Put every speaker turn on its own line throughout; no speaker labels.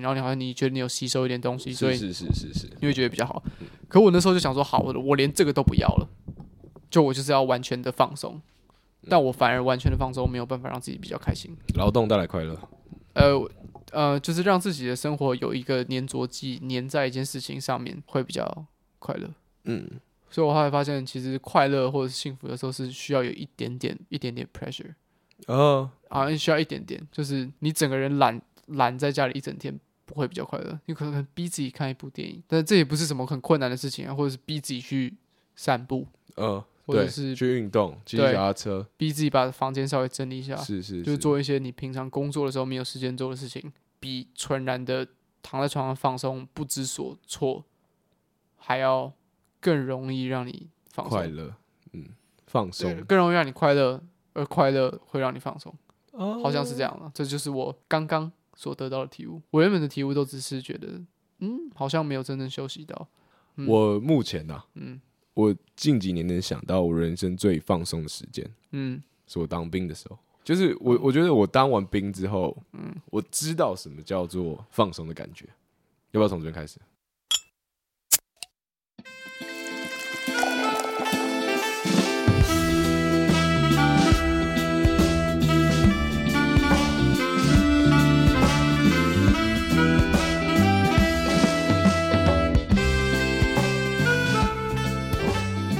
然后你好像你觉得你有吸收一点东西，所
是
以
是是是是，
你会觉得比较好。可我那时候就想说，好，我我连这个都不要了，就我就是要完全的放松。
嗯
但我反而完全的放松，没有办法让自己比较开心。
劳动带来快乐，
呃呃，就是让自己的生活有一个粘着剂，粘在一件事情上面会比较快乐。
嗯，
所以我后来发现，其实快乐或者是幸福的时候是需要有一点点、一点点 pressure，
哦，
好像需要一点点，就是你整个人懒懒在家里一整天。不会比较快乐，你可能逼自己看一部电影，但是这也不是什么很困难的事情啊，或者是逼自己去散步，
嗯，
哦或者
对，
是
去运动，骑
对
脚踏车，
逼自己把房间稍微整理一下，
是是，
就是做一些你平常工作的时候没有时间做的事情，比纯然的躺在床上放松不知所措还要更容易让你放
快
松，
乐，嗯，放
对
松，
更容易让你快乐，而快乐会让你放松，
哦
好像是这样的。这就是我刚刚所得到的体悟。我原本的体悟都只是觉得，嗯，好像没有真正休息到。嗯
我目前呐、
嗯
我近几年能想到我人生最放松的时间，
嗯
是我当兵的时候。就是我，我觉得我当完兵之后，嗯，我知道什么叫做放松的感觉。要不要从这边开始？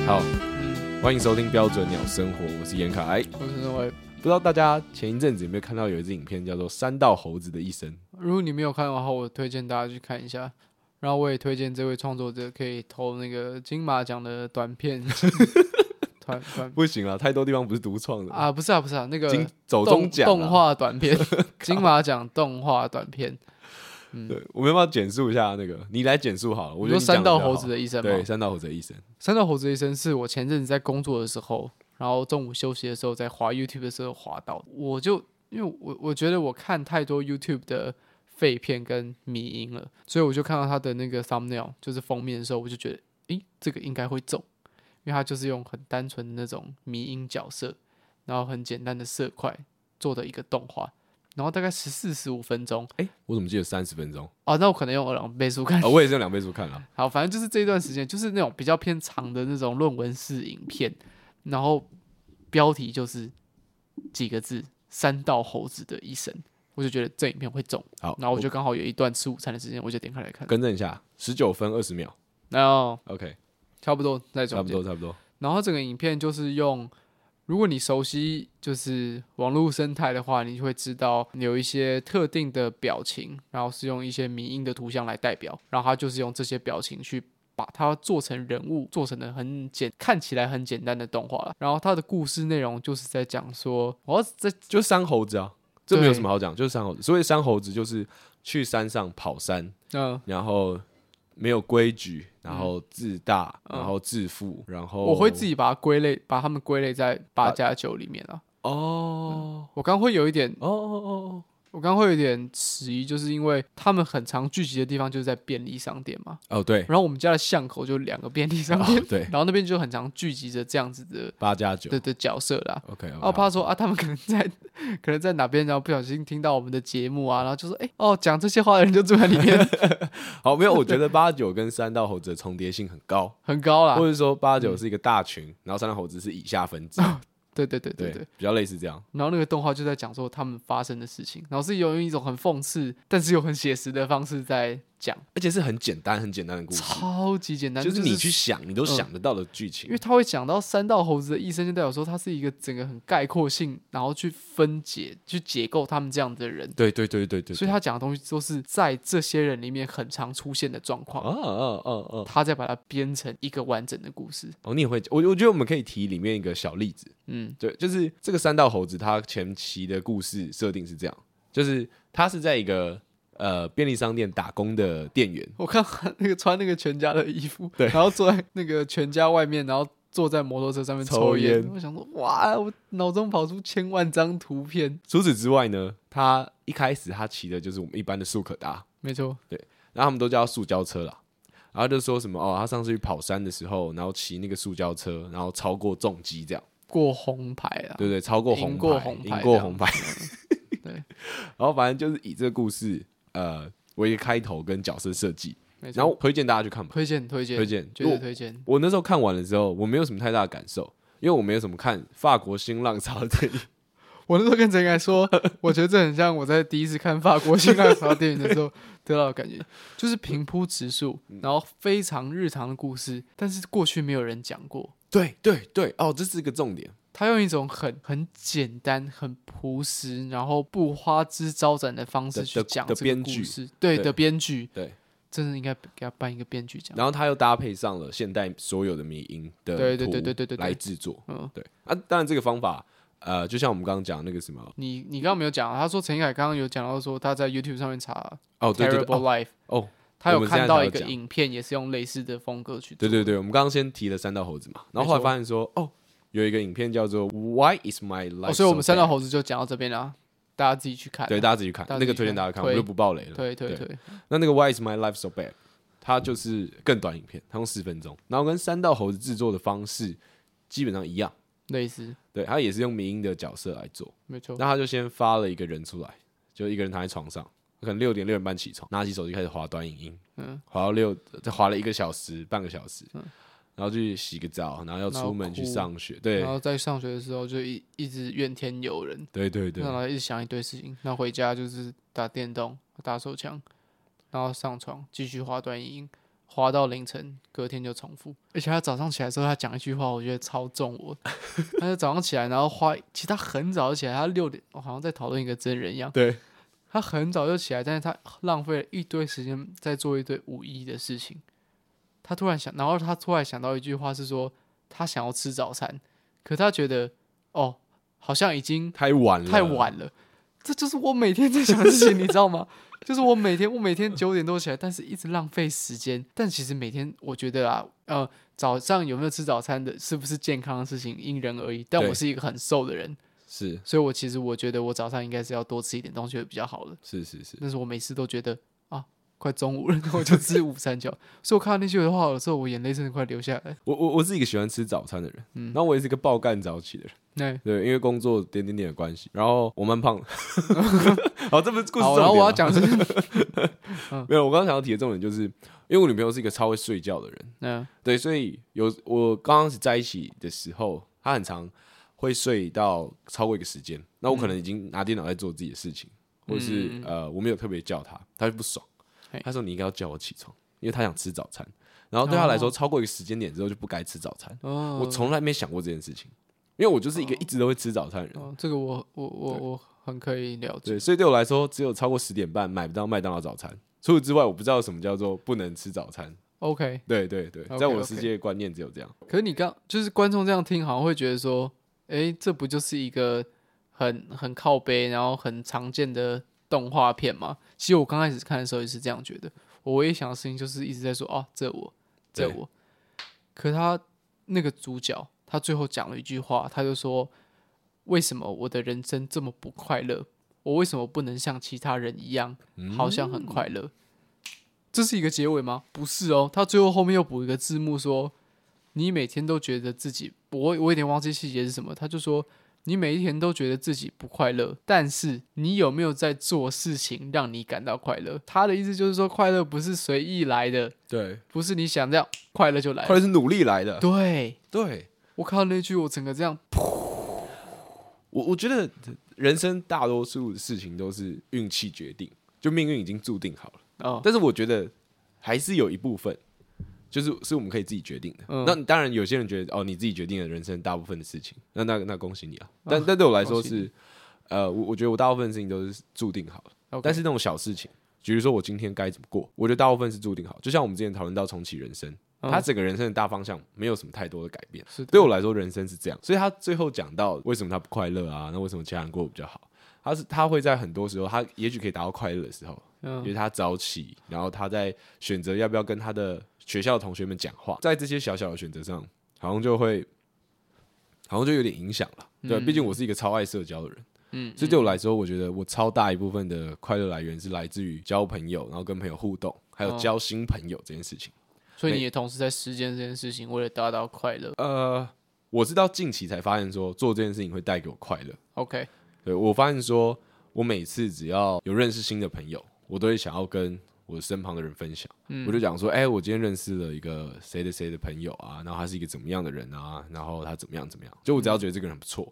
好，
嗯，
欢迎收听《标准鸟生活》，我是严凯。
我是认为，
不知道大家前一阵子有没有看到有一支影片叫做《三道猴子的一生》？
如果你没有看的话，我推荐大家去看一下。然后我也推荐这位创作者可以投那个金马奖的短片， 短短
不行啊，太多地方不是独创的，
啊，不是啊，不是啊，那个
金走中
动
奖
动
啊。
画短 片，金马奖动画短片。嗯
对，我们要不要简述一下那个？你来简述好了。我
你
觉得
说
你讲
三道
比较
猴
好
子的一生吗？
对，三道猴子的一生。
三道猴子的一生是我前阵子在工作的时候，然后中午休息的时候，在滑 YouTube 的时候滑到，我就因为我我觉得我看太多 YouTube 的废片跟迷音了，所以我就看到他的那个 thumbnail 就是封面的时候，我就觉得，诶，这个应该会中，因为他就是用很单纯的那种迷音角色，然后很简单的色块做的一个动画，然后大概十四十五分钟
哎、我怎么记得三十分钟？
哦，那我可能用两倍速看
啊，我也是用两倍速看了。
好，反正就是这一段时间，就是那种比较偏长的那种论文式影片，然后标题就是几个字“三道猴子的一生”，我就觉得这影片会中，
好，
然后我就刚好有一段吃午餐的时间，我就点开来看
我，更正一下，十九分二十秒。
然后
OK，
差不多在
差
中
不
间
多，，差不多。
然后整个影片就是用，如果你熟悉就是网络生态的话，你就会知道有一些特定的表情，然后是用一些迷因的图像来代表，然后它就是用这些表情去。把它做成人物，做成的很简，看起来很简单的动画了。然后它的故事内容就是在讲说，我要在
就是三猴子啊，这没有
对
什么好讲，就是三猴子。所以三猴子就是去山上跑山，
嗯、
然后没有规矩，然后自大，
嗯
然后自负，然后
我会自己把它归类，把它们归类在八加九里面啊。
哦
我刚会有一点，
嗯哦哦哦
我刚会有一点迟疑，就是因为他们很常聚集的地方就是在便利商店嘛。
哦，对，
然后我们家的巷口就两个便利商店，
哦对，
然后那边就很常聚集着这样子的
八加九
的的角色啦。
，OK，
然后怕说啊，他们可能在可能在哪边，然后不小心听到我们的节目啊，然后就说，哎、哦，讲这些话的人就住在里 面，
好，没有，我觉得八九跟三道猴子的重叠性很高，
很高啦
或。者说八嗯九是一个大群，然后三道猴子是以下分支，
对对对对
哦对
对。，
比较类似这样。
然后那个动画就在讲说他们发生的事情，然后是用一种很讽刺，但是又很写实的方式在讲，
而且是很简单、很简单的故事，
超级简单，
就是是嗯你去想，你都想得到的剧
因
情
为。他会讲到三道猴子的一生，就代表说他是一个整个很概括性，然后去分解、去解构他们这样的人。
对对对对对，
所以他讲的东西都是在这些人里面很常出现的状
哦
况，
哦哦哦
他再把它编成一个完整的故事。
哦，你也会，我我觉得我们可以提里面一个小例子，
嗯
对，就是这个三道猴子，它前期的故事设定是这样，就是他是在一个呃便利商店打工的店员，
我看他那个穿那个全家的衣服，
对
然后坐在那个全家外面，然后坐在摩托车上面抽
抽
烟。
烟
我想说，哇，我脑中跑出千万张图片。
除此之外呢，他一开始他骑的就是我们一般的速可达，
没错，
然后他们都叫他塑胶车啦。然后就说什么哦，他上次去跑山的时候，然后骑那个塑胶车，然后超过重机这样，
过红牌啊，
对不对？超过红
赢过
牌
红，牌
赢
这
过
样
红牌。
对，
然后反正就是以这个故事，呃，为一个开头跟角色设计，
没错
然后推荐大家去看吧。
推荐推荐
推荐
绝对推荐。
我那时候看完的时候，我没有什么太大的感受，因为我没有什么看法国新浪潮的电影。
我那时候跟陈凯说，我觉得这很像我在第一次看法国新浪潮电影的 时候得到的感觉，就是平铺直述，
嗯
然后非常日常的故事，但是过去没有人讲过。
对对对，哦，这是一个重点。
他用一种很很简单、很朴实，然后不花枝招展的方式
的
去
的
讲
的
这个
编
故
剧
事，对
对
的编剧，
对，
真的应该给他颁一个编剧奖。
然后他又搭配上了现代所有的迷音的
对对
图
对对对对对
来制作。
嗯
对啊，当然这个方法，呃，就像我们刚刚讲那个什么，
你你刚刚没有讲啊，他说陈凯刚刚有讲到说他在 YouTube 上面查
哦，对对
Terrible
对，哦
Life，
哦，
他
我
有
们现在
看到
才
一
要
个
讲
影片，也是用类似的风格去做
对对对，我们刚刚先提了三道猴子嘛，然后后来发现说，哦，有一个影片叫做《Why Is My Life、
哦，所以我们三道
到，
猴子就讲到这边啦，大家自己去看啊。
对，大家自己看，
大家
那
自己
个推荐
看
大家看，
推
我就不爆雷了。
对对
对
对，
那那个 Why Is My Life So Bad，它就是更短影片，它用四分钟，然后跟三道猴子制作的方式基本上一样，
类似，
对，它也是用民音的角色来做。
没错。
那他就先发了一个人出来，就一个人躺在床上，可能六点六点半起床，拿起手机开始滑短影音，嗯，滑到六，再滑了一个小时，半个小时，
嗯
然后去洗个澡，然后要
然后
出门去
哭
上学，对
然，后在上学的时候就一一直怨天尤人，
对对对
然，后一直想一堆事情。那回家就是打电动、打手枪，然后上床继续滑短影音，滑到凌晨，隔天就重复。而且他早上起来的时候，他讲一句话，我觉得超中我。 他就早上起来，然后花，其实他很早就起来，他六点，我好像在讨论一个真人一样。
对，
他很早就起来，但是他浪费了一堆时间在做一堆无意义的事情。他突然想，然后他突然想到一句话是说，他想要吃早餐，可他觉得哦，好像已经
太晚了，
太，晚了。这就是我每天在想的事情，你知道吗？ 就是我每天，我每天九点多起来，但是一直浪费时间。但其实每天，我觉得啊，呃，早上有没有吃早餐的，是不是健康的事情，因人而异。但
对
我是一个很瘦的人，
是
所以我其实我觉得我早上应该是要多吃一点东西会比较好的。
是是是，
但是我每次都觉得啊，快中午了， 然后我就吃午餐就好。所以我看到那句话的时候，我眼泪真的快流下来。
我我我是一个喜欢吃早餐的人，
嗯
然后我也是一个爆干早起的人，
那、
对，因为工作点点点的关系，然后我蛮胖 的，好，这不是故事重
好，
点啊
然后我要
吗
讲的是，
没有，我刚刚想要提的重点就是，因为我女朋友是一个超会睡觉的人。
嗯，
对，所以有我刚开始在一起的时候，他很常会睡到超过一个时间，那我可
嗯
能已经拿电脑在做自己的事情，或者是、呃我没有特别叫他，他就不爽
嘿，
他说你应该要叫我起床，因为他想吃早餐。然后对他来说，
哦
超过一个时间点之后就不该吃早餐。
哦，
我从来没想过这件事情，因为我就是一个一直都会吃早餐的人。
哦，这个我我我我很可以了解。
对，所以对我来说，只有超过十点半买不到麦当劳早餐。除此之外，我不知道什么叫做不能吃早餐。
OK，
对对对，
OK，
在我
OK
世界观念只有这样。
可是你刚就是观众这样听，好像会觉得说，诶，这不就是一个很很靠背，然后很常见的动画片吗？其实我刚开始看的时候也是这样觉得，我唯一想的事情就是一直在说，哦、这我，这
对
我。可他那个主角，他最后讲了一句话，他就说：“为什么我的人生这么不快乐？我为什么不能像其他人一样，好像很快乐？”这是一个结尾吗？不是哦，他最后后面又补一个字幕说：“你每天都觉得自己……我我有点忘记细节是什么。”他就说：“你每一天都觉得自己不快乐，但是你有没有在做事情让你感到快乐？”他的意思就是说，快乐不是随意来的，
对，
不是你想这样快乐就来了
快乐是努力来的。
对
对，
我看到那句，我整个这样，
我我觉得人生大多数的事情都是运气决定，就命运已经注定好了。
哦，
但是我觉得还是有一部分，就是是我们可以自己决定的。
嗯
那当然，有些人觉得哦，你自己决定了人生大部分的事情，那那那恭喜你啊。但、但对我 来
恭
说
喜
是，呃，我我觉得我大部分的事情都是注定好了。
OK
但是那种小事情，比如说我今天该怎么过，我觉得大部分是注定好。就像我们之前讨论到重启人生，
嗯
他整个人生的大方向没有什么太多的改变。
是的
对我来说，人生是这样。所以他最后讲到为什么他不快乐啊？那为什么其他人过得比较好？他是他会在很多时候，他也许可以达到快乐的时候，因为
嗯，
他早起，然后他在选择要不要跟他的学校同学们讲话，在这些小小的选择上，好像就会，好像就有点影响了。对，啊毕竟我是一个超爱社交的人，
嗯，
所以对我来说，我觉得我超大一部分的快乐来源是来自于交朋友，然后跟朋友互动，还有
哦
交新朋友这件事情。
所以你也同时在实践这件事情，为了达到快乐。
呃，我是到近期才发现说，做这件事情会带给我快乐。
OK，
对我发现说，我每次只要有认识新的朋友，我都会想要跟我身旁的人分享，
嗯
我就讲说，哎、我今天认识了一个谁的谁的朋友啊，然后他是一个怎么样的人啊，然后他怎么样怎么样，就我只要觉得这个人不错，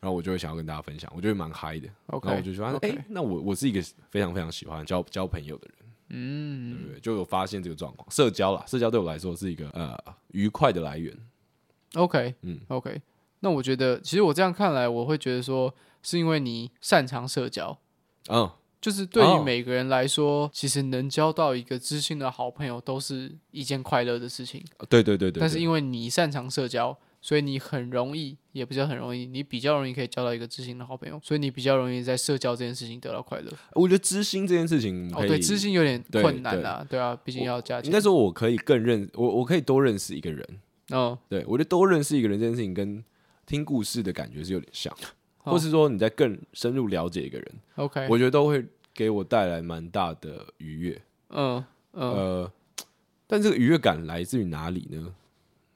然后我就会想要跟大家分享，我就会蛮嗨的。
嗯 OK，
然后我就说，哎、
OK
那我我是一个非常非常喜欢交交朋友的人，嗯，对不对？就有发现这个状况，社交啦，社交对我来说是一个呃愉快的来源。
OK，
嗯
，OK。那我觉得，其实我这样看来，我会觉得说，是因为你擅长社交，
嗯，
就是对于
哦
每个人来说，其实能交到一个知心的好朋友，都是一件快乐的事情。
对对对对
但是
对
因为你擅长社交，所以你很容易，也不是很容易，你比较容易可以交到一个知心的好朋友，所以你比较容易在社交这件事情得到快乐。
我觉得知心这件事情可
哦，
以，
对，知心有点
对
困难
对
啊，对啊，毕竟要加
应
钱
该。说我可以更认我，我可以多认识一个人。
嗯，
对我觉得多认识一个人这件事情，跟听故事的感觉是有点像，
哦哎
或是说你在更深入了解一个人，
OK，
我觉得都会给我带来蛮大的愉悦。
嗯嗯，
呃，但这个愉悦感来自于哪里呢？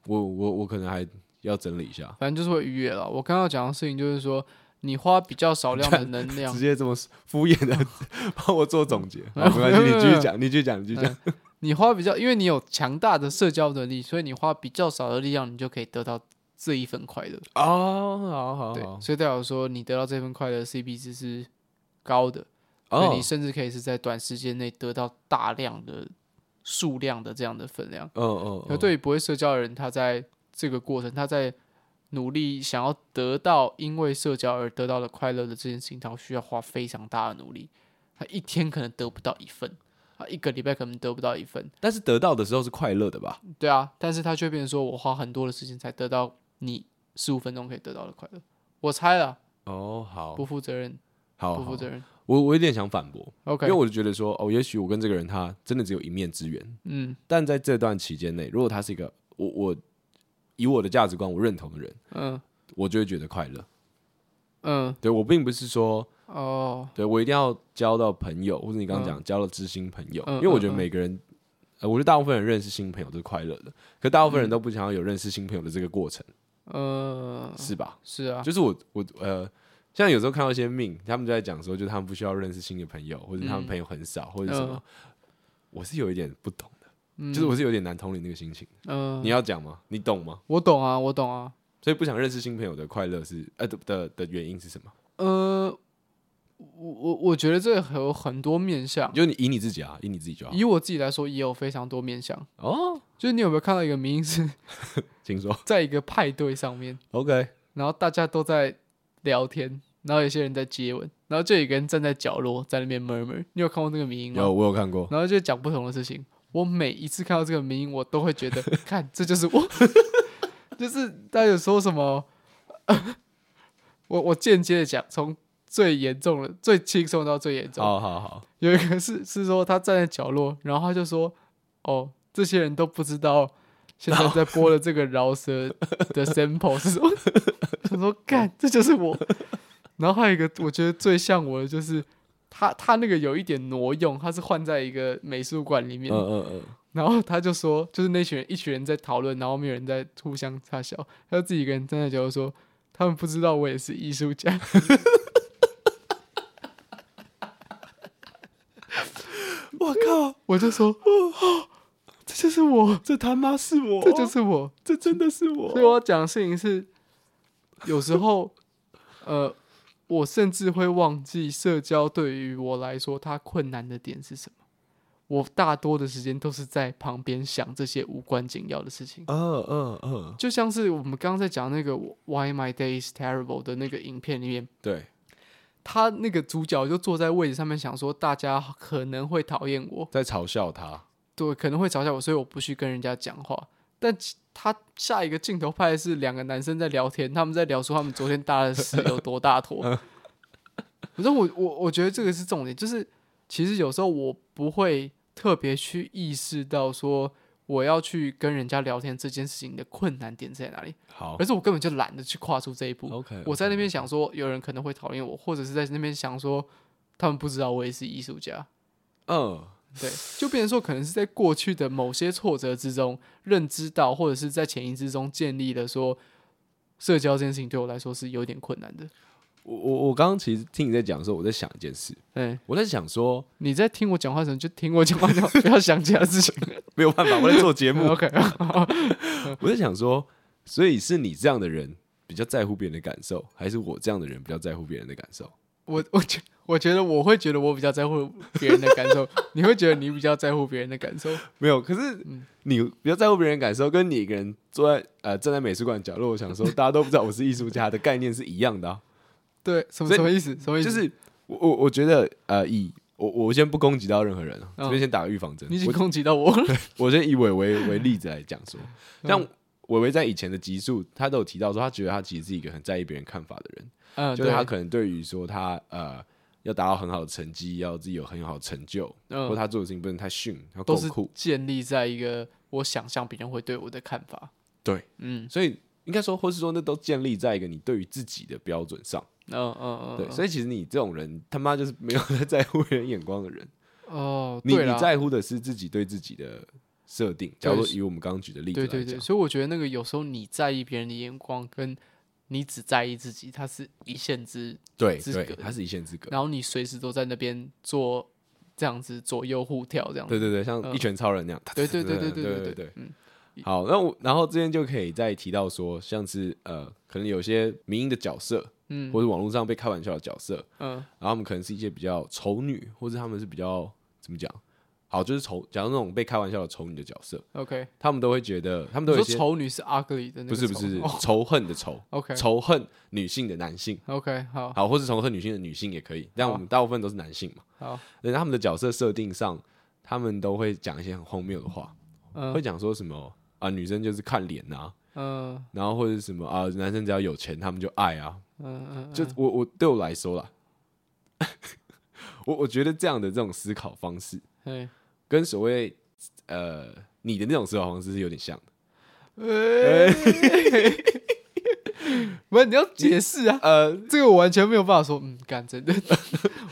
我我我可能还要整理一下，
反正就是会愉悦了。我刚刚讲的事情就是说，你花比较少量的能量
直，接 这么敷衍的 帮我做总结。好没关系，你继续讲，你继续讲，你继续讲。
你花比较，因为你有强大的社交能力，所以你花比较少的力量，你就可以得到这一份快乐。
哦，好
嗯
好
对，
好，
所以代表说你得到这份快乐的 CP 值是高的，所以
哦
你，甚至可以是在短时间内得到大量的数量的这样的分量。
嗯嗯，
而
嗯，
对于不会社交的人，他在这个过程，他在努力想要得到因为社交而得到的快乐的这件事情，他需要花非常大的努力。他一天可能得不到一份，他一个礼拜可能得不到一份，
但是得到的时候是快乐的吧？
对啊，但是他却变成说我花很多的时间才得到你十五分钟可以得到的快乐。我猜了，
哦，好，
不负责任，
好，
不
好
负责任。
我我有点想反驳，
OK，
因为我就觉得说，哦，也许我跟这个人他真的只有一面之缘，
嗯
但在这段期间内，如果他是一个我我以我的价值观我认同的人，
嗯
我就会觉得快乐。
嗯，
对我并不是说，
哦，
对我一定要交到朋友，或者你刚刚讲、交了知心朋友，
嗯
因为我觉得
嗯嗯
每个人。呃，我觉得大部分人认识新朋友都是快乐的，可大
嗯
部分人都不想要有认识新朋友的这个过程，
呃，
是吧？
是啊，
就是我我呃，像有时候看到一些命，他们就在讲说，就是他们不需要认识新的朋友，或者他们朋友很少，或者什么，我是有一点不懂的，就是我是有点难同理那个心情。
嗯、
你要讲吗？你懂吗？
我懂啊，我懂啊。
所以不想认识新朋友的快乐是呃的的的原因是什么？
呃，我我我觉得这个有很多面向，
就你以你自己啊，以你自己就好。
以我自己来说，也有非常多面向。
哦，
就是你有没有看到一个名音是
请说。
在一个派对上面，
OK，
然后大家都在聊天，然后有些人在接吻，然后就有一个人站在角落在那边 murmur。你有看过这个迷音吗？
有我有看过，
然后就讲不同的事情。我每一次看到这个迷音，我都会觉得，看这就是我， 就是大家有说什么， 我我间接的讲，从最严重的、最轻松到最严重，
好好好，
有一个是 是说他站在角落，然后他就说：“哦，这些人都不知道现在在播的这个饶舌的 sample 是什么。” 他说：“干，这就是我。”然后还有一个我觉得最像我的就是他他那个有一点挪用，他是换在一个美术馆里
嗯
面，
嗯嗯，
然后他就说，就是那群人一群人在讨论，然后没有人在互相插笑，他就自己一个人站在角落说：“他们不知道我也是艺术家。”
我靠，
我就说：“哦这就是我，
这他妈是我，
这就是我。”
这真的是我
所以我要讲的事情是，有时候，呃，我甚至会忘记社交对于我来说它困难的点是什么。我大多的时间都是在旁边想这些无关紧要的事情，
嗯嗯嗯，
就像是我们刚刚在讲那个《Why My Day Is Terrible》的那个影片里面，
对，
他那个主角就坐在位置上面想说，大家可能会讨厌我，
在嘲笑他。
对，可能会嘲笑我，所以我不去跟人家讲话。但其他下一个镜头拍的是两个男生在聊天，他们在聊说他们昨天搭的屎有多大坨。 反正我我我觉得这个是重点，就是其实有时候我不会特别去意识到说我要去跟人家聊天这件事情的困难点在哪里，
好
而是我根本就懒得去跨出这一步。
，OK，
我在那边想说有人可能会讨厌我，或者是在那边想说他们不知道我也是艺术家。
嗯，
对，就变成说，可能是在过去的某些挫折之中，认知到，或者是在潜意识中建立了说，社交这件事情对我来说是有点困难的。
我我我刚刚其实听你在讲的时候，我在想一件事，
对，
我在想说
你在听我讲话的时候就听我讲话就好，不要想其他事 情。
没有办法，我在做节 目，
OK，
我在想说，所以是你这样的人比较在乎别人的感受，还是我这样的人比较在乎别人的感受？
我我觉我觉得我会觉得我比较在乎别人的感受，你会觉得你比较在乎别人的感受。
没有，可是
嗯
你比较在乎别人的感受，跟你一个人坐在呃站在美术馆角落，我想说大家都不知道我是艺术家的概念是一样 的、啊，
对，什么
所以
什么意思？什么意
就
思？
是我我我觉得呃以我我先不攻击到任何人啊，
嗯
这边先打个预防针
你已，经
我
攻击到我了。
我先以伟伟为例子来讲说，
嗯
像伟伟在以前的集数，他都有提到说，他觉得他其实是一个很在意别人看法的人，
嗯，
就是
对
他可能对于说他呃要达到很好的成绩，要自己有很好的成就，
嗯
或他做的事情不能太逊，要够
都是
酷，
建立在一个我想象别人会对我的看法。
对，
嗯
所以应该说，或是说那都建立在一个你对于自己的标准上，
嗯嗯嗯，
对，
嗯
所以其实你这种人他妈就是没有在在乎别人眼光的人，
哦，
你
对
你
啦
在乎的是自己对自己的设定，假如说以我们刚刚举的例子
对
来
对
讲，
对，所以我觉得那个有时候你在意别人的眼光，跟你只在意自己，它是一线之，
对
资
对
格
他是一线之隔。
然后你随时都在那边做这样子左右互跳这样
对
子。
对对，像一拳超人那样。
哦嗯对对对对
对
对
对
对
对。
嗯，
好，那我然后这边就可以再提到说，像是呃，可能有些民音的角色，
嗯
或者网络上被开玩笑的角色，
嗯
然后他们可能是一些比较丑女，或者他们是比较怎么讲？好，就是丑，假如那种被开玩笑的丑女的角色，
，OK。
他们都会觉得，他们
你
都有
说
一些
丑女是 ugly 的那个
不是不
丑
是
哦
仇恨的仇，
，OK
仇恨女性的男性，
OK 好
好，或是仇恨女性的女性也可以，但我们大部分都是男性嘛，
好，
那他们的角色设定上，他们都会讲一些很荒谬的话，
嗯
会讲说什么啊，女生就是看脸呐、
嗯
然后或者什么啊，男生只要有钱他们就爱啊，
嗯嗯，
就我我对我来说啦， 我我觉得这样的这种思考方式，
嗯
跟所谓呃你的那种思考方式是有点像的。
哎，不是你要解释啊，
呃，
这个我完全没有办法说，嗯，干真 的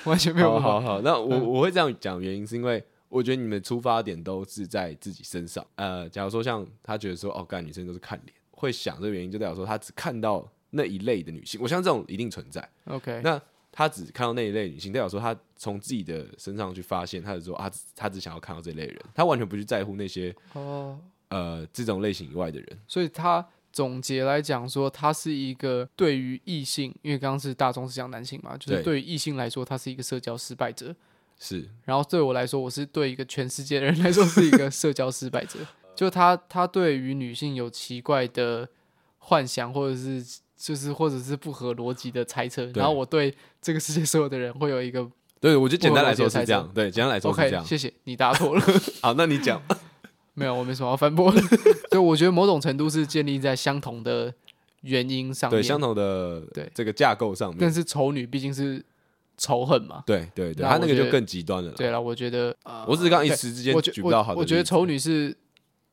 完全没有
好
办法。
好好，那我、我会这样讲，原因是因为我觉得你们的出发点都是在自己身上。呃，假如说像他觉得说哦，干女生都是看脸，会想这个原因，就代表说他只看到那一类的女性。我相信这种一定存在。
OK，
那他只看到那一类女性，代表说他从自己的身上去发现，他就说啊，他只想要看到这类人，他完全不去在乎那些
哦，
呃这种类型以外的人。
所以他总结来讲说，他是一个对于异性，因为刚刚是大众是讲男性嘛，就是
对
对于异性来说，他是一个社交失败者。
是
然后对我来说，我是对一个全世界的人来说是一个社交失败 者。就他，他对于女性有奇怪的幻想，或者是就是或者是不合逻辑的猜测。
对
然后我对这个世界所有的人会有一个
对，我觉得简单
我
来
了解
说是这
猜
样。对，简单来说是这
OK，
样。
谢谢你答错了。
好，那你讲。
没有，我没什么要反驳。 就我觉得某种程度是建立在相同的原因上面，
对相同的
对
这个架构上面
但，是丑女毕竟是仇恨嘛。
对对对，
那
他
我
那
觉
个
得
就更极端了啦。
对了，我觉得，呃
我只是刚一
对
时之间
我觉
举不到好的
我。我觉
例
得
子
丑女是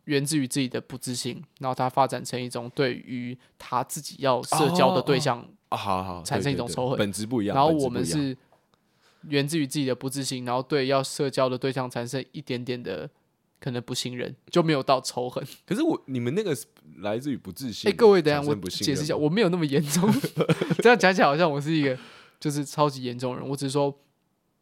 源自于自己的不自信，然后她发展成一种对于她自己要社交的对象，
啊，好好
产生一种仇恨
对对对本质不一样。
然后
本质
我们
不一样
是源自于自己的不自信，然后对要社交的对象产生一点点的可能不信任，就没有到仇恨。
可是我你们那个是来自于不自信。
哎、各位，等一
产
下
生
我
不信
解释一下，
任吗
我没有那么严重。 这样讲起来好像我是一个就是超级严重的人，我只是说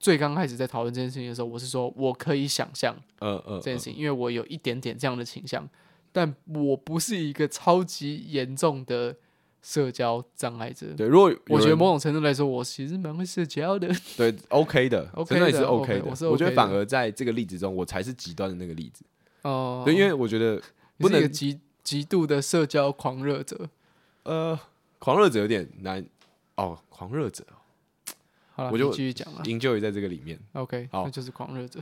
最刚开始在讨论这件事情的时候，我是说我可以想象
呃呃，
这件事情，因为我有一点点这样的倾向，但我不是一个超级严重的社交障碍者
呃。对，如果有
我觉得
人
某种程度来说，我其实蛮会社交 的。
对 OK 的
OK
真的
的
是
OK，
的。
我是
我觉
OK
得反
的
而在这个例子中，我才是极端的那个例子。
哦、
对，因为我觉得不
你是一
能
个极极度的社交狂热者。
呃，狂热者有点难哦，狂热者
好了，
我就
你继续讲啊。
enjoy 在这个里面，
OK，
好
那就是狂热者。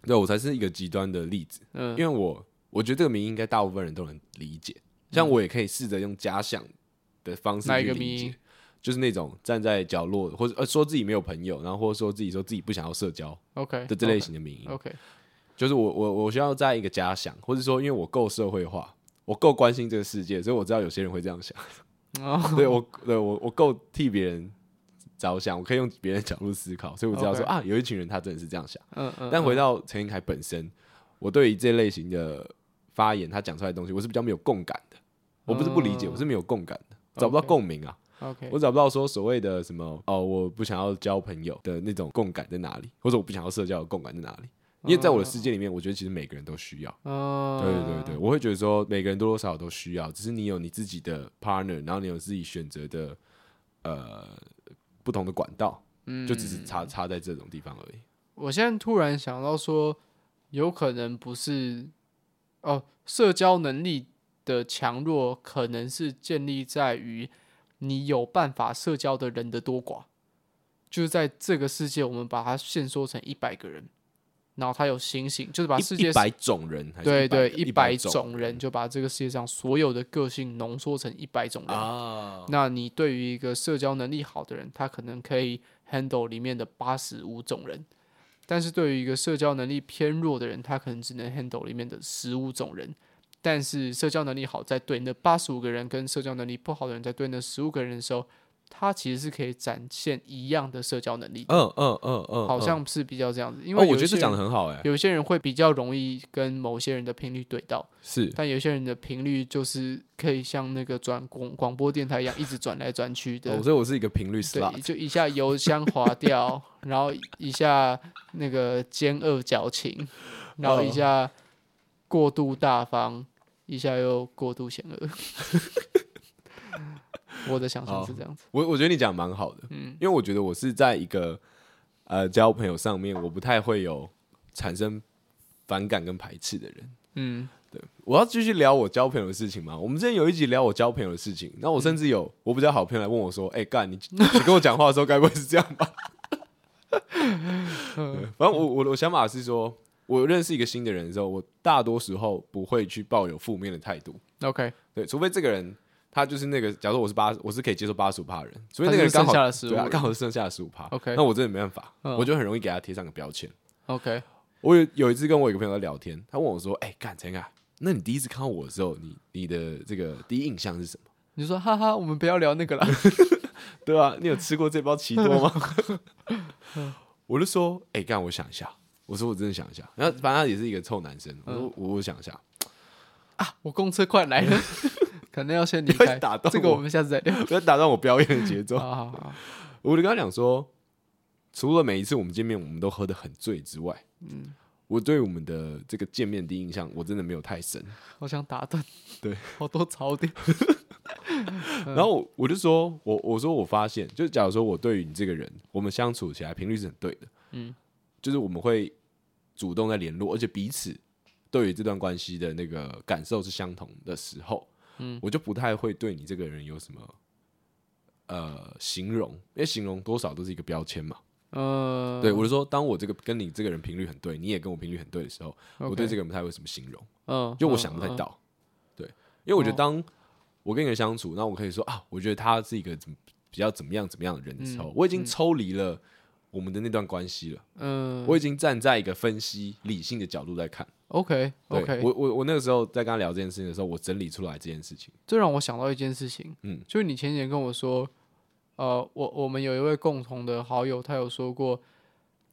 对我才是一个极端的例子。
嗯
因为我我觉得这个谜应该大部分人都能理解，像我也可以试着用假想的方
嗯
式
哪一
去
个
理
谜
解，就是那种站在角落，或者呃说自己没有朋友，然后或者说自己说自己不想要社交
哎，OK
的这类型的谜，
OK，, o
就是我我我需要在一个假想，或者说因为我够社会化，我够关心这个世界，所以我知道有些人会这样想，
k 哦，
对我对我我够替别人。着想，我可以用别人的角度思考，所以我知道说
OK
啊，有一群人他真的是这样想。
嗯嗯，
但回到陈英凯本身，我对于这类型的发言，他讲出来的东西，我是比较没有共感的。我不是不理解，
嗯
我是没有共感的，找不到
OK
共鸣啊。
嗯 OK，
我找不到说所谓的什么哦，我不想要交朋友的那种共感在哪里，或者我不想要社交的共感在哪里。因为在我的世界里面，我觉得其实每个人都需要。
嗯，
对对对，我会觉得说每个人多多少少都需要，只是你有你自己的 partner，然后你有自己选择的呃不同的管道，
嗯
就只是差差在这种地方而已。
我现在突然想到说，有可能不是哦，社交能力的强弱可能是建立在于你有办法社交的人的多寡。就是在这个世界，我们把它限缩成一百个人，然后它有星星，就是把世界
一百种人还是
对
100个
对一
百
百种人，就把这个世界上所有的个性浓缩成一百种人。
啊，
那你对于一个社交能力好的人，他可能可以 handle 里面的八十五种人，但是对于一个社交能力偏弱的人，他可能只能 handle 里面的十五种人。但是社交能力好，在对那八十五个人跟社交能力不好的人在对那十五个人的时候，他其实是可以展现一样的社交能力的，
嗯嗯嗯嗯，
好
嗯
像是比较这样子。因
哦
为，
我
有
觉得
一些
这讲的
人
很好哎、
有一些人会比较容易跟某些人的频率对到，
是
但有些人的频率就是可以像那个转广广播电台一样，一直转来转去的
哦，。所以我是一个频率 slot
对，。就一下油箱滑掉， 然后一下那个奸恶矫情，然后一
哦
下过度大方，一下又过度险恶。 我的想象是这样子，
我我觉得你讲得蛮好的，
嗯
因为我觉得我是在一个呃交朋友上面，我不太会有产生反感跟排斥的人。
嗯，
我要继续聊我交朋友的事情吗？我们之前有一集聊我交朋友的事情，那我甚至有我比较好朋友来问我说：“哎、干你，你跟我讲话的时候该不会是这样吧？” 对反正我我我想法是说，我认识一个新的人的时候，我大多时候不会去抱有负面的态度，
OK，
对，除非这个人他就是那个，假如我是八，我是可以接受八十五趴的人，除非
他
那个
就是
人刚好
剩下的15
对啊
人
刚好是剩下的十五趴
OK
那我真的没办法，
嗯
我就很容易给他贴上个标签。
OK，
我有有一次跟我一个朋友在聊天，他问我说：“哎、干陈啊，那你第一次看到我的时候，你你的这个第一印象是什么？
你就说哈哈，我们不要聊那个 了。
对啊，你有吃过这包奇多吗？” 我就说：“哎、干，我想一下。”我说：“我真的想一下。”然后反正他也是一个臭男生，我说：“我我想一 下。
我公车快来了， 可能要先离
不要
开。
打断
这个
我
我们下次再聊。
不要打断我表演的节奏。”
好好好，
我就跟他讲说，除了每一次我们见面我们都喝得很醉之外，嗯，我对我们的这个见面第一印象我真的没有太深。
我想打断。
对，
好多槽 点。嗯
然后我我就说，我我说我发现，就假如说我对于你这个人，我们相处起来频率是很对的，
嗯，
就是我们会主动在联络，而且彼此对于这段关系的那个感受是相同的时候，
嗯，
我就不太会对你这个人有什么。呃，形容，因为形容多少都是一个标签嘛。
嗯，
对，我就说，当我这个跟你这个人频率很对，你也跟我频率很对的时候，我对
个，
这个人不太会有什么形容，
嗯，
就我想不太
嗯，
到。对，因为我觉
哦
得当我跟一个人相处，那我可以说啊，我觉得他是一个怎么比较怎么样怎么样的人的时候，我已经抽离了我们的那段关系了，
嗯
我已经站在一个分析理性的角度在看。
，OK
对
OK，
我我我那个时候在跟他聊这件事情的时候，我整理出来这件事情。
这让我想到一件事情，
嗯，
就是你前几天跟我说，呃，我我们有一位共同的好友，他有说过，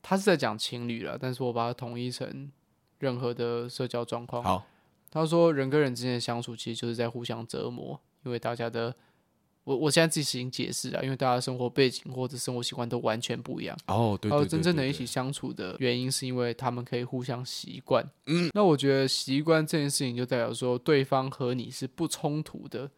他是在讲情侣了，但是我把它统一成任何的社交状况。
好，
他说，人跟人之间的相处其实就是在互相折磨，因为大家的，我我现在自己已经解释了，因为大家的生活背景或者生活习惯都完全不一样。
哦，对
然后呃
对，
真
对
正
对
的一
对
起相处的原因，是因为他们可以互相习惯。嗯，那我觉得习惯这件事情，就代表说对方和你是不冲突的。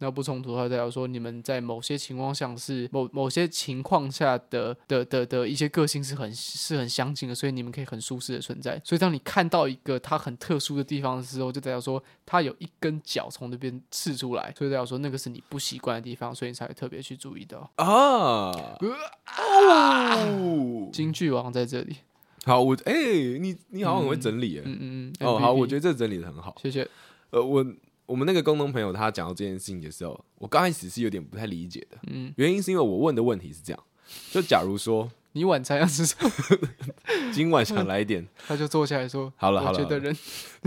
那不冲突的话，代表说你们在某些情况下是某某些情况下的的的的一些个性是很是很相近的，所以你们可以很舒适的存在。所以当你看到一个他很特殊的地方的时候，就代表说他有一根脚从那边刺出来，所以代表说那个是你不习惯的地方，所以你才会特别去注意到。
啊，哦，
京剧王在这里，
好，我哎、你你好像很会整理哎、
嗯嗯嗯，
哦，好，我
觉
觉得这整理的很好。
谢谢。
呃，我我们那个共同朋友他讲到这件事情的时候，我刚开始是有点不太理解的，
嗯
原因是因为我问的问题是这样，就假 如说
你晚餐要吃什么？
今晚想来一点，
他就坐下来说：“
好了好
我
了
觉得
好了
人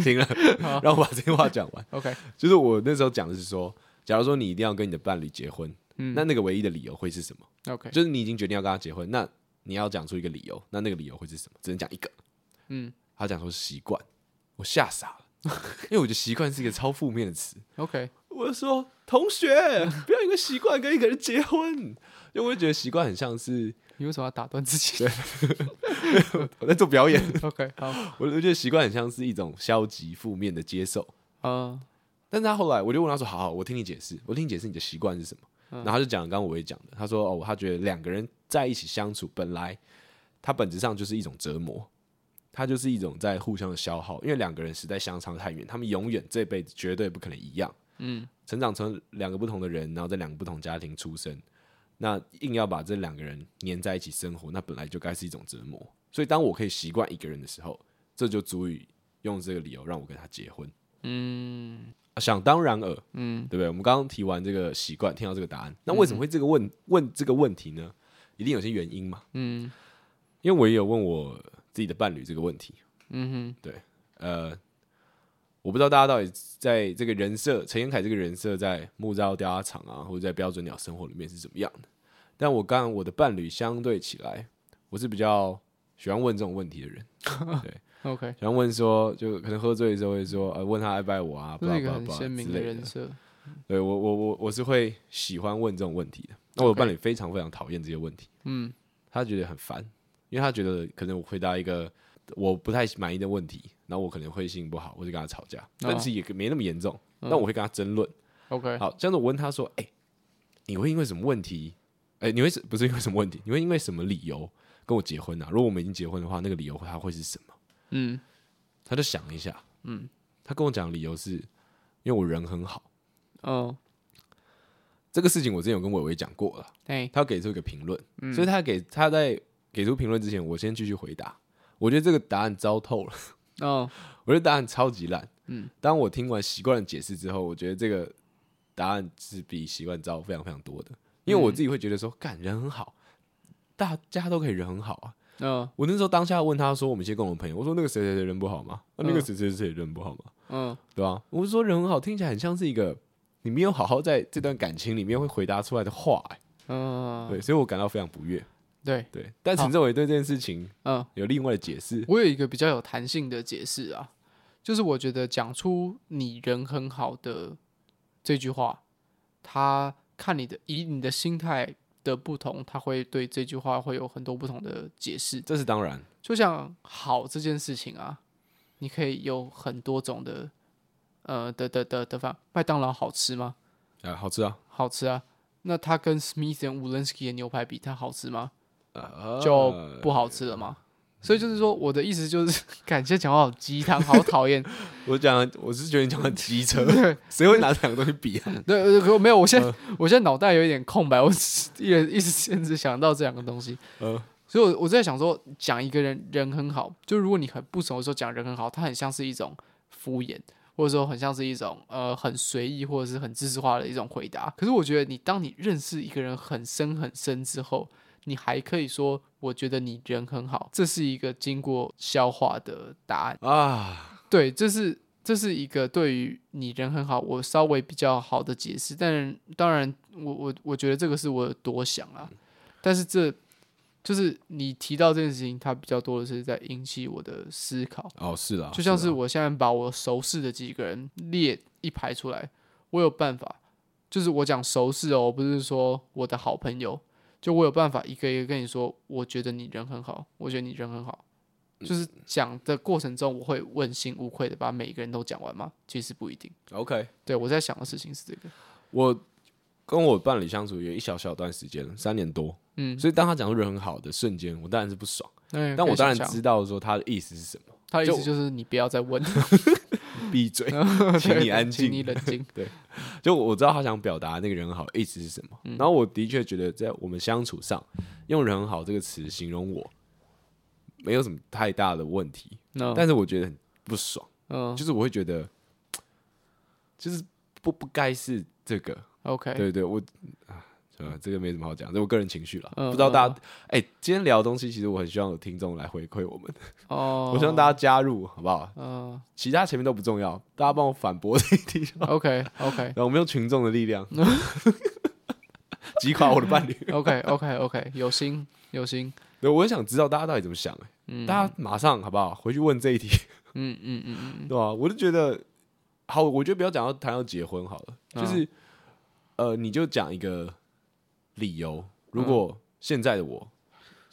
停了，让我把这句话讲完。
OK，
就是我那时候讲的是说，假如说你一定要跟你的伴侣结婚，
嗯
那那个唯一的理由会是什么？
OK，
就是你已经决定要跟他结婚，那你要讲出一个理由，那那个理由会是什么？只能讲一个。
嗯
他 讲说习惯，我吓傻了，因为我觉得习惯是一个超负面的词。
，OK，
我就说同学， 不要因为习惯跟一个人结婚，因为我会觉得习惯很像是
你为什么要打断自己
我在做表演，
？OK，好，
我就觉得习惯很像是一种消极负面的接受。
嗯
但是他后来我就问他说：“好好，我听你解释，我听你解释你的习惯是什么。然后他就讲了刚刚我也讲的，他说：“哦，他觉得两个人在一起相处，本来他本质上就是一种折磨，他就是一种在互相的消耗，因为两个人实在相差太远，他们永远这辈子绝对不可能一样。
嗯，
成长成两个不同的人，然后在两个不同家庭出生，那硬要把这两个人粘在一起生活，那本来就该是一种折磨。所以当我可以习惯一个人的时候，这就足以用这个理由让我跟他结婚。”
嗯
想当然尔，
嗯，
对不对？我们刚刚提完这个习惯，听到这个答案，那为什么会这个问、问这个问题呢？一定有些原因嘛。
嗯
因为我也有问我自己的伴侣这个问题，
嗯
呃，我不知道大家到底在这个人设，陈彦凯这个人设在木造雕花厂啊，或者在标准鸟生活里面是怎么样的？但我跟我的伴侣相对起来，我是比较喜欢问这种问题的人，
哼，OK，
喜欢问说，就可能喝醉的时候会说，呃，问他爱不爱我啊，
这
巴拉
是一个
巴拉
很
巴拉
鲜明
之
的
类
人设。
对我我我我是会喜欢问这种问题的。那我
OK
伴侣非常非常讨厌这些问题，
嗯
他觉得很烦，因为他觉得可能我回答一个我不太满意的问题，然后我可能会心情不好，我就跟他吵架，
哦
但是也没那么严重。
嗯
但我会跟他争论。
，OK，
好，这样子我问他说：“哎、你会因为什么问题？哎、你会是不是因为什么问题？你会因为什么理由跟我结婚啊？如果我们已经结婚的话，那个理由他会是什么？”
嗯
他就想一下，嗯，他跟我讲的理由是因为我人很好。
哦，
这个事情我之前有跟伟伟讲过了。
哎，
他要给出一个评论，所以他给他在给出评论之前，我先继续回答。我觉得这个答案糟透了，
哦，
我觉得答案超级烂。嗯，当我听完习惯的解释之后，我觉得这个答案是比习惯糟非常非常多的，因为我自己会觉得说，干人很好，大家都可以人很好啊。
嗯
我那时候当下问他说，我们一些共同朋友，我说那个谁谁谁人不好吗？啊、那个谁谁谁人不好吗？
嗯
对吧、我是说人很好，听起来很像是一个你没有好好在这段感情里面会回答出来的话、欸
嗯，
对，所以我感到非常不悦。
对，
对，但陈政伟对这件事情
嗯，
有另外的解释。
我有一个比较有弹性的解释啊，就是我觉得讲出你人很好的这句话，他看你的以你的心态的不同，他会对这句话会有很多不同的解释。
这是当然，
就像好这件事情啊，你可以有很多种的，呃的的的的方。麦当劳好吃吗？
啊，好吃啊，
好吃啊。那它跟 Smith and Wolenski 的牛排比，它好吃吗？
啊
就不好吃了吗？所以就是说，我的意思就是， 感谢讲话好鸡汤，好讨厌。
我讲，我是觉得你讲的机车，
对
谁会拿这两个东西比啊？
对，呃可我没有，我现在、我现在脑袋有一点空白，我只一人一时间只想到这两个东西。
呃，
所以我，我在想说，讲一个人人很好，就如果你很不熟的时候讲人很好，它很像是一种敷衍，或者说很像是一种呃很随意或者是很知识化的一种回答。可是我觉得你，当你认识一个人很深很深之后，你还可以说，我觉得你人很好，这是一个经过消化的答案。
啊，
对，这是这是一个对于你人很好，我稍微比较好的解释。但当然，我我我觉得这个是我有多想啊。但是这就是你提到这件事情，它比较多的是在引起我的思考。
哦，是啦，
就像是
啦
我现在把我熟识的几个人列一排出来，我有办法，就是我讲熟识哦，不是说我的好朋友，就我有办法一个一个跟你说，我觉得你人很好，我觉得你人很好。
嗯
就是讲的过程中，我会问心无愧的把每一个人都讲完吗？其实不一定。
OK。
对我在想的事情是这个，
我跟我伴侣相处有一小小段时间了，三年多，
嗯，
所以当他讲出人很好的瞬间，我当然是不爽，
那
但我当然
可以想象
知道说他的意思是什么，
他的意思
就
就是你不要再问，
闭 嘴，请你安
请你
静。
冷 静。
就我知道他想表达那个人很好的意思是什么，
嗯
然后我的确觉得在我们相处上，用“人很好”这个词形容我，没有什么太大的问题，
那
但是我觉得很不爽，
嗯
就是我会觉得，就是不不该是这个，
，OK，
对对，我啊，啊，这个没什么好讲，这我个人情绪了，
嗯
不知道大家，哎、今天聊的东西，其实我很希望有听众来回馈我们，
哦，
我希望大家加入，好不好？
嗯
其他前面都不重要，大家帮我反驳 这一题，
，OK，OK，
然后我们用群众的力量击垮我的伴侣。
OK OK OK，有心有心，
对，我也想知道大家到底怎么想、欸。
嗯
大家马上好不好？回去问这一题，
嗯嗯嗯嗯，
对吧、我就觉得好，我觉得不要讲到谈到结婚好了，就是、呃，你就讲一个理由，如果现在的我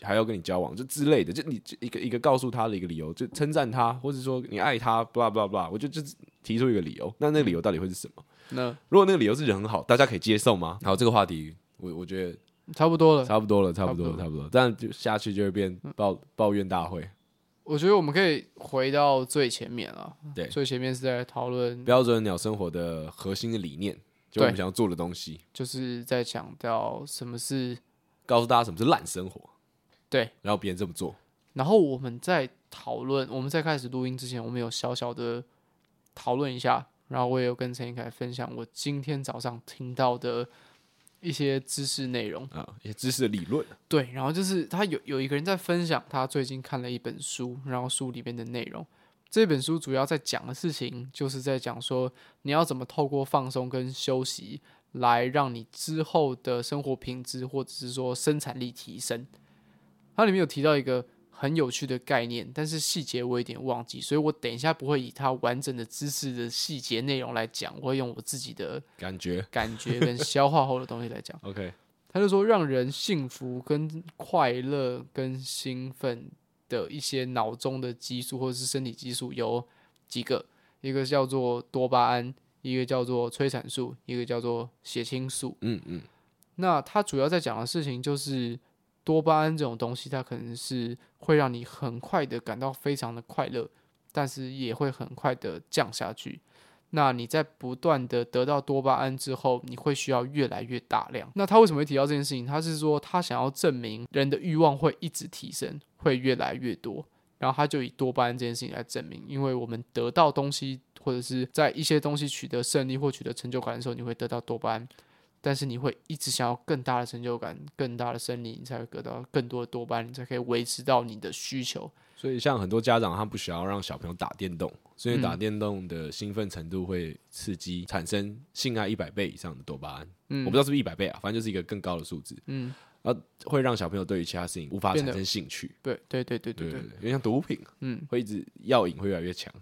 还要跟你交往，就之类的，就你就一个一个告诉他的一个理由，就称赞他，或者说你爱他，blah blah blah，我就就提出一个理由，那那个理由到底会是什么？
那
如果那个理由是人很好，大家可以接受吗？好，这个话题我我觉得
差不多了。嗯
差不多了，差不多
差不
了，
多
差不多了，这样就下去就会变抱抱怨大会，
我觉得我们可以回到最前面啊，
对
最前面是在讨论，
标准鸟生活的核心的理念，就我们
嗯对
想要做的东西，
就是在讲到什么是
告诉大家什么是烂生活，
对，
然后别人这么做，
然后我们在讨论，我们在开始录音之前，我们有小小的讨论一下，然后我也有跟陈一凯分享我今天早上听到的一些知识内容。
啊，一些知识的理论，
对，然后就是他有有一个人在分享他最近看了一本书，然后书里面的内容。这本书主要在讲的事情，就是在讲说你要怎么透过放松跟休息，来让你之后的生活品质或者是说生产力提升。它里面有提到一个很有趣的概念，但是细节我有点忘记，所以我等一下不会以它完整的知识的细节内容来讲，我会用我自己的
感觉
感觉跟消化后的东西来讲。
OK，
他就说让人幸福、跟快乐、跟兴奋的一些脑中的激素或者是身体激素有几个，一个叫做多巴胺，一个叫做催产素，一个叫做血清素。
嗯嗯，
那他主要在讲的事情就是多巴胺这种东西，它可能是会让你很快的感到非常的快乐，但是也会很快的降下去。那你在不断的得到多巴胺之后，你会需要越来越大量。那他为什么会提到这件事情？他是说他想要证明人的欲望会一直提升，会越来越多。然后他就以多巴胺这件事情来证明，因为我们得到东西，或者是在一些东西取得胜利或取得成就感的时候，你会得到多巴胺。但是你会一直想要更大的成就感、更大的胜利，你才会得到更多的多巴胺，你才可以维持到你的需求。
所以像很多家长他不想要让小朋友打电动，
嗯
所以打电动的兴奋程度会刺激产生性爱一百倍以上的多巴胺，
嗯
我不知道是不是一百倍啊，反正就是一个更高的数字，
嗯，
然后会让小朋友对于其他事情无法
变
产
得
生兴趣，
对对对对对
对
对
对对，有点像毒品，
嗯，
会一直药瘾会越来越强，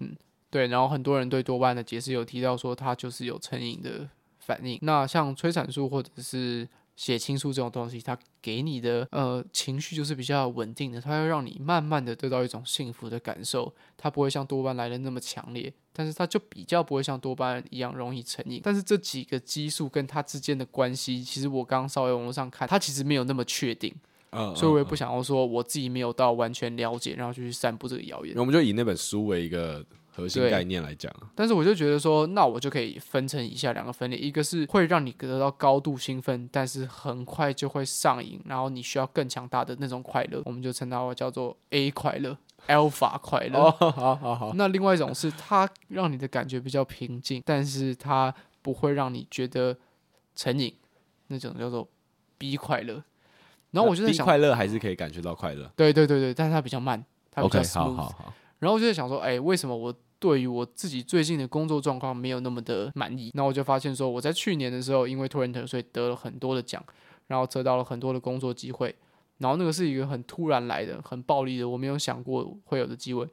对。然后很多人对多巴胺的解释有提到说，它就是有成瘾的反应。那像催产素或者是血清素这种东西，它给你的呃情绪就是比较稳定的，它会让你慢慢的得到一种幸福的感受，它不会像多巴胺来的那么强烈，但是它就比较不会像多巴胺一样容易成瘾。但是这几个激素跟它之间的关系，其实我刚刚稍微网络上看，它其实没有那么确定，
嗯，
所以我也不想要说我自己没有到完全了解，然后就去散布这个谣言
那。我们就以那本书为一个核心
对
概念来讲啊，
但是我就觉得说，那我就可以分成以下两个分类，一个是会让你得到高度兴奋，但是很快就会上瘾，然后你需要更强大的那种快乐，我们就称它叫做 A 快乐、Alpha 快乐。
哦，好好好，
哎那另外一种是它让你的感觉比较平静，但是它不会让你觉得成瘾，那种叫做 B 快乐。然后我就在
那
想，
快乐还是可以感觉到快乐
对对对对，但是它比较慢，它比较
OK，
smooth。
好好好，
然后我就在想说，哎、为什么我对于我自己最近的工作状况没有那么的满意？那我就发现说，我在去年的时候，因为 Torrent 所以得了很多的奖，然后得到了很多的工作机会，然后那个是一个很突然来的、很暴力的，我没有想过会有的机会，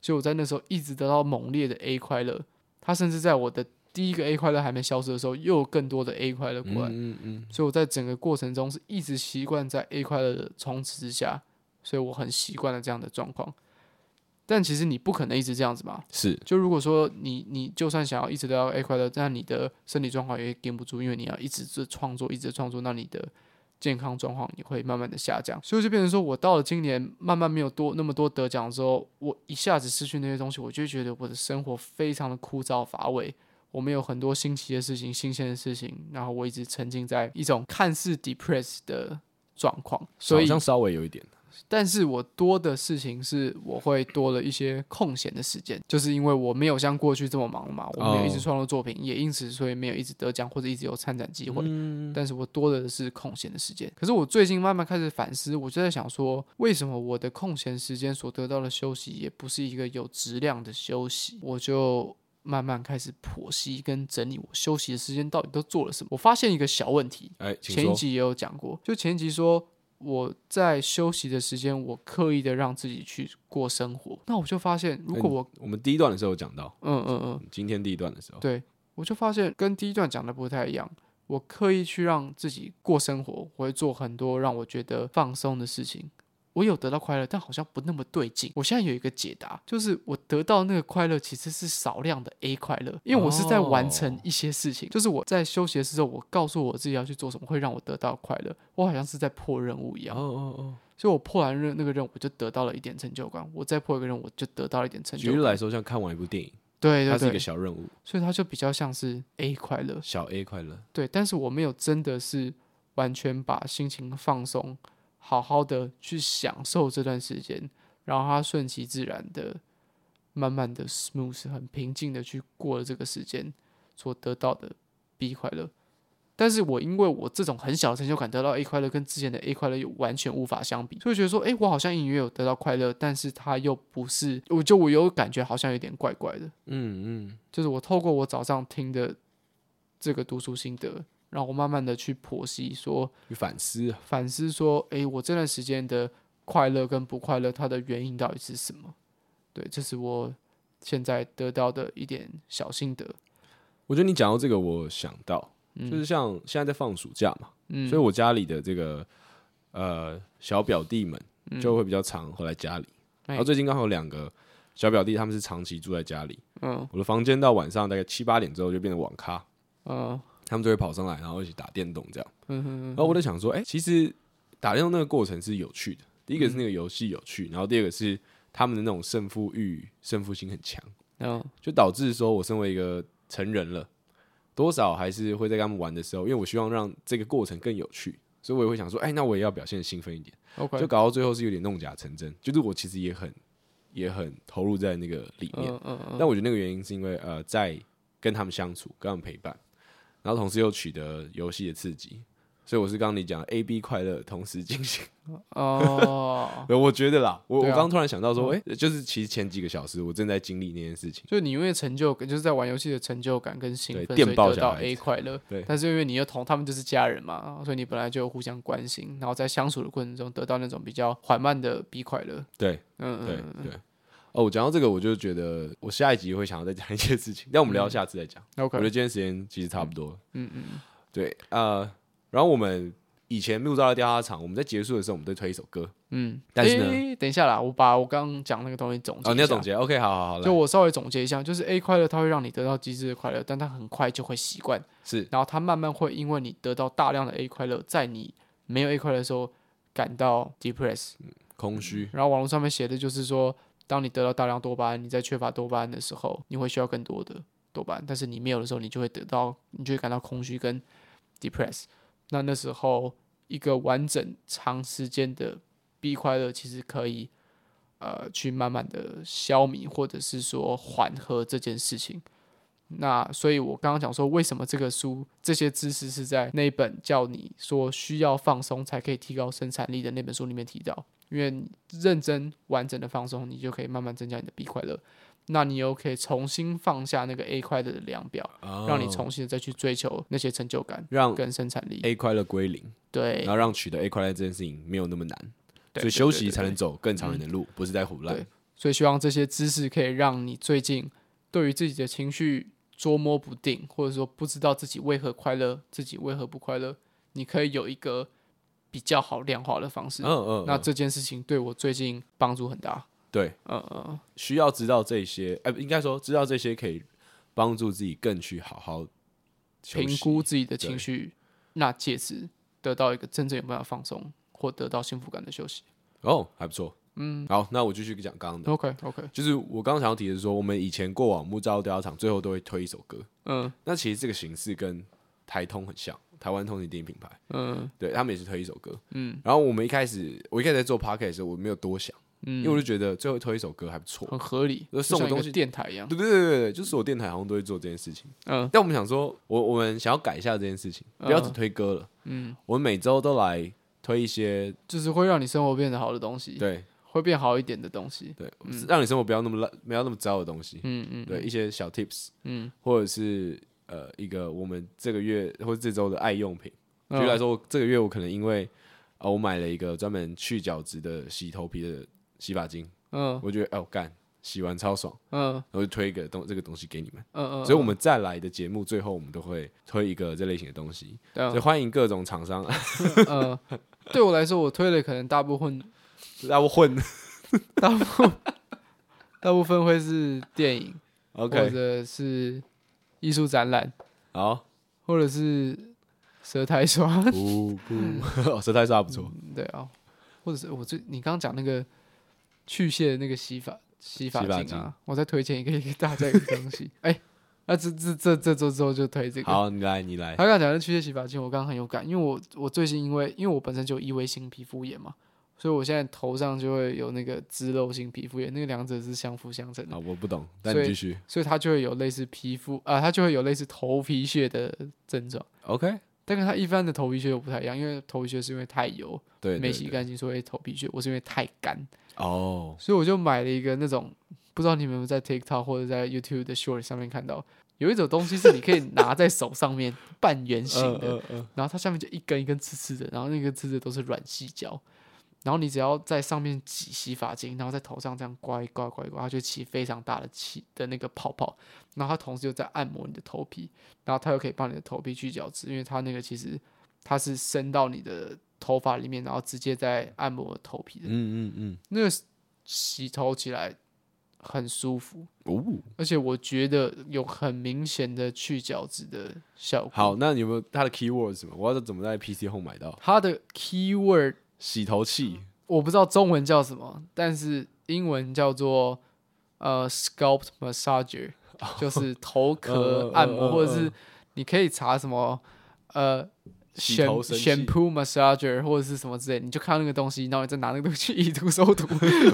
所以我在那时候一直得到猛烈的 A 快乐，它甚至在我的第一个 A 快乐还没消失的时候，又有更多的 A 快乐过来。
嗯嗯
所以我在整个过程中是一直习惯在 A 快乐的冲刺之下，所以我很习惯了这样的状况。但其实你不可能一直这样子嘛。
是
就如果说你你就算想要一直得到 A 快乐，但你的身体状况也会跟不住，因为你要一直做创作，一直创作，那你的健康状况也会慢慢的下降。所以就变成说我到了今年慢慢没有多那么多得奖之后，我一下子失去那些东西，我就会觉得我的生活非常的枯燥乏味。我们有很多新奇的事情、新鲜的事情，然后我一直沉浸在一种看似 depressed 的状况，所
好
以
像稍微有一点，
但是我多的事情是，我会多了一些空闲的时间，就是因为我没有像过去这么忙嘛，我没有一直创作作品也因此所以没有一直得奖或者一直有参展机
嗯
会。但是我多的是空闲的时间。可是我最近慢慢开始反思，我就在想说，为什么我的空闲时间所得到的休息也不是一个有质量的休息？我就。慢慢开始剖析跟整理我休息的时间到底都做了什么。我发现一个小问题，
哎，请
前一
说，
集也有讲过，就前一集说我在休息的时间，我刻意的让自己去过生活。那我就发现，如果我，
我们第一段的时候有讲到，
嗯嗯嗯，
今天第一段的时候，
对，我就发现跟第一段讲的不太一样。我刻意去让自己过生活，我会做很多让我觉得放松的事情。我有得到快乐，但好像不那么对劲。我现在有一个解答，就是我得到那个快乐其实是少量的 A 快乐，因为我是在完成
哦
一些事情。就是我在休息的时候，我告诉我自己要去做什么，会让我得到快乐。我好像是在破任务一样，
哦哦，
所以我破完任那个任务，我就得到了一点成就感。我再破一个任务，我就得到了一点成
举
就
例
感。
来说，像看完一部电影，
对
它
对
是一个
对，
小任务，
所以它就比较像是 A 快乐。
小 A 快乐，
对，但是我没有真的是完全把心情放松，好好的去享受这段时间，然后它顺其自然的，慢慢的 smooth 很平静的去过了这个时间所得到的 B 快乐。但是我因为我这种很小的成就感得到 A 快乐，跟之前的 A 快乐又完全无法相比，所以觉得说，诶，我好像隐约有得到快乐，但是它又不是，我就我有感觉好像有点怪怪的。
嗯嗯，
就是我透过我早上听的这个读书心得，然后我慢慢的去剖析说，
去反思啊，
反思说，诶，我这段时间的快乐跟不快乐，它的原因到底是什么？对，这是我现在得到的一点小心得。
我觉得你讲到这个，我想到，
嗯
就是像现在在放暑假嘛，所以我家里的这个呃小表弟们就会比较常回来家里，
嗯哎
然后最近刚好有两个小表弟，他们是长期住在家里，
嗯
我的房间到晚上大概七八点之后就变成网咖，
嗯
他们就会跑上来，然后一起打电动这样。
嗯哼
然后我在想说，哎、其实打电动那个过程是有趣的。第一
嗯
个是那个游戏有趣，然后第二个是他们的那种胜负欲、胜负心很强，
嗯
就导致说我身为一个成人了，多少还是会在跟他们玩的时候，因为我希望让这个过程更有趣，所以我也会想说，哎、那我也要表现得兴奋一点。
，OK，
就搞到最后是有点弄假成真，就是我其实也很也很投入在那个里面。
嗯嗯嗯，
但我觉得那个原因是因为呃，在跟他们相处，跟他们陪伴，然后同时又取得游戏的刺激，所以我是刚刚你讲 A B 快乐同时进行。
哦，
对我觉得啦，我、我
对啊
刚刚突然想到说，哎、就是其实前几个小时我正在经历那件事情，
就你因为成就感，就是在玩游戏的成就感跟兴
对
奋，
电
所以
爆
得
小
到
孩子
A 快乐。
对
但是因为你又同他们就是家人嘛，所以你本来就互相关心，然后在相处的过程中得到那种比较缓慢的 B 快乐。
对
嗯，
对
嗯
对。哦，我讲到这个，我就觉得我下一集会想要再讲一些事情，但我们聊下次再讲。
嗯
我觉
，OK，
得今天时间其实差不多了。
嗯嗯嗯，
对，呃，然后我们以前木造的调查场，我们在结束的时候，我们都推一首歌。
嗯。
但是呢
诶等一下啦，我把我刚刚讲那个东西总结一下。
哦，你要总结？OK，好好好，来
就我稍微总结一下，就是 A 快乐它会让你得到极致的快乐，但它很快就会习惯，
是
然后它慢慢会因为你得到大量的 A 快乐，在你没有 A 快乐的时候感到 depress，
空虚。
然后网络上面写的就是说，当你得到大量多巴胺，你在缺乏多巴胺的时候，你会需要更多的多巴胺，但是你没有的时候，你就会得到，你就会感到空虚跟 depress。那那时候，一个完整长时间的 B 快乐，其实可以呃去慢慢的消弭，或者是说缓和这件事情。那所以，我刚刚讲说，为什么这个书这些知识是在那一本叫你说需要放松才可以提高生产力的那本书里面提到，因为你认真完整的放松，你就可以慢慢增加你的 B 快乐。那你又可以重新放下那个 A 快乐的量表，嗯让你重新的再去追求那些成就感
哦让
跟生产力。
A 快乐归零，
对
然后让取得 A 快乐这件事情没有那么难，
对
哎所
对
以休
对
息
对嗯
才能走更长远的路，不是在胡
对
乱。
所以希望这些知识可以让你最近对于自己的情绪捉摸不定，或者说不知道自己为何快乐，自己为何不快乐，你可以有一个比较好量化的方式。
嗯嗯，
那
嗯
这件事情对我最近帮助很大。
对，
嗯嗯嗯，
需要知道这些，哎、应该说知道这些可以帮助自己更去好好休息
评估。自己的情
对
绪，那借此得到一个真正有办法放松或得到幸福感的休息。
哦，还不错。嗯，好，那我继续讲刚刚的，
OK OK，
就是我刚刚想要提的是说，我们以前过往木造雕厂最后都会推一首歌，
嗯
那其实这个形式跟台通很像，台湾通勤电影品牌。
嗯
对他们也是推一首歌，
嗯
嗯，然后我们一开始我一开始在做 p o c k e t 的时候，我没有多想，因
嗯，
为我就觉得最后推一首歌还不错，
很合理，
就
就
送
像
个
一个
东西
电台一样。
对对对对对，就是我电台好像都会做这件事情，
嗯
但我们想说，我我们想要改一下这件事情，不要只推歌了，
嗯，
我们每周都来推一些，
就是会让你生活变得好的东西，，
对
会变好一点的东西。
对，让你生活不要那么烂，不要那么糟的东西，
嗯嗯，
对，一些小 tips，
嗯，
或者是呃一个我们这个月或者这周的爱用品，举
嗯
例来说，我这个月我可能因为啊、我买了一个专门去角质的洗头皮的洗发精，
嗯
我觉得哦干，洗完超爽，
嗯
然后就推一个东这个东西给你们。
嗯嗯，
所以，我们再来的节目最后，我们都会推一个这类型的东西，
对
所以
啊，
欢迎各种厂商
嗯，对我来说，我推的可能大部分
让我混。
大部分会是电影，或
OK，
者是艺术展览，
好，
或者是舌苔 刷，
不 不，舌苔刷不错，
对啊，或者是我最你刚刚讲那个去屑的那个洗发洗发
洗发
精
精
啊，我再推荐一个给大家一个东西， 哎、那、这这这这周之后就推这个。
好，你来你来，
他刚讲的去屑洗发精，我刚刚很有感，因为我我最近因为因为我本身就有异位性皮肤炎嘛，所以我现在头上就会有那个脂漏性皮肤炎，那个两者是相辅相成的，
好，啊我不懂，但
所
你
以
继续。
所以它就会有类似皮肤啊、它就会有类似头皮屑的症状，
OK，
但跟它一般的头皮屑又不太一样，因为头皮屑是因为太油
对，
没
对
洗
对
干净，所以头皮屑，我是因为太干，
哦，
所以我就买了一个那种，不知道你们有没有在 TikTok 或者在 YouTube 的 Short 上面看到，有一种东西是你可以拿在手上面 半圆形的，
嗯嗯
然后它下面就一根一根刺刺的，然后那个刺刺都是软细胶，然后你只要在上面挤洗发精，然后在头上这样刮一刮刮一刮，它就起非常大的气的那个泡泡，然后它同时又在按摩你的头皮，然后它又可以帮你的头皮去角质，因为它那个其实它是伸到你的头发里面，然后直接在按摩头皮的，
嗯嗯
那个洗头起来很舒服，
嗯，哦，
而且我觉得有很明显的去角质的效果。
好，那你有没有它的 keyword 是什么？我要怎么在 PC Home 买到
它的 keyword
洗头器？
我不知道中文叫什么，但是英文叫做呃 scalp massager，就是头壳
嗯嗯
按
嗯
摩，
嗯
或者是你可以查什么呃
洗头
sham-
神器
shampoo massager 或者是什么之类，你就看到那个东西，然后你再拿那个东西去以毒 收毒，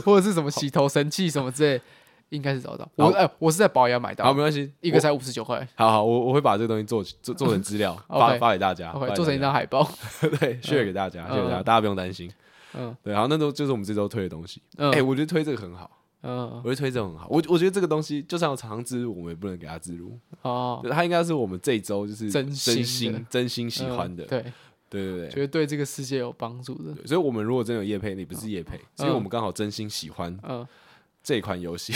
或者是什么洗头神器什么之类，应该是找得到。我
好
哎、我是在保养买
好，
到
没，关系，
一个
我
才五十九块
好好，我我会把这个东西做做做成资料发
OK
发给大家，
，OK，
发给
做成一
大
张海报。
家 对 share 给大家，
嗯
share 给大家，
嗯
大家不用担心。
嗯
对，好，那都就是我们这周推的东西。
嗯、
哎，我觉得推这个很好，我
嗯
觉得推这个很好。我我觉得这个东西就算有常植入，我们也不能给它植入，
哦，
就它应该是我们这一周就是
真心的
真心真心喜欢的
嗯。对，
对对对
觉。得对这个世界有帮助的。
对所以，我们如果真的有叶配，你不是叶配，是因为我们刚好真心喜欢
嗯，
这款游戏。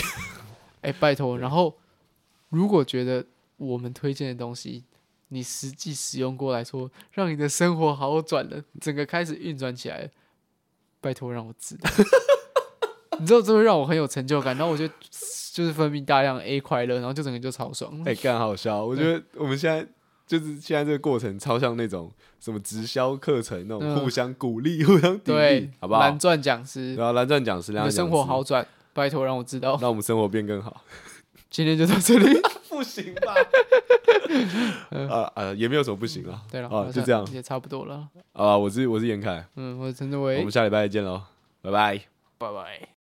哎、拜托。然后，如果觉得我们推荐的东西，你实际使用过来说，让你的生活好转了，整个开始运转起来了，拜托让我知 道。你知道这会让我很有成就感，然后我就就是分泌大量的 A 快乐，然后就整个就超爽了。
哎、干好笑！我觉得我们现在就是现在这个过程，超像那种什么直销课程那种
嗯
互相鼓励、互相砥砺
对，，
好啊不好？
蓝钻讲师，
然后蓝钻讲师，
你
蓝
的
钻
生
讲师
活好， 转，拜托让我知道。
让我们生活变更好。
今天就到这 里。
不行吧？啊啊，也没有什么不行啊。
对了，
啊，
好
就
像
这样
也差不多了。
啊。我是我是严凯，
嗯，我是陈志
我
伟
们，下礼拜再见喽，拜拜。
拜拜。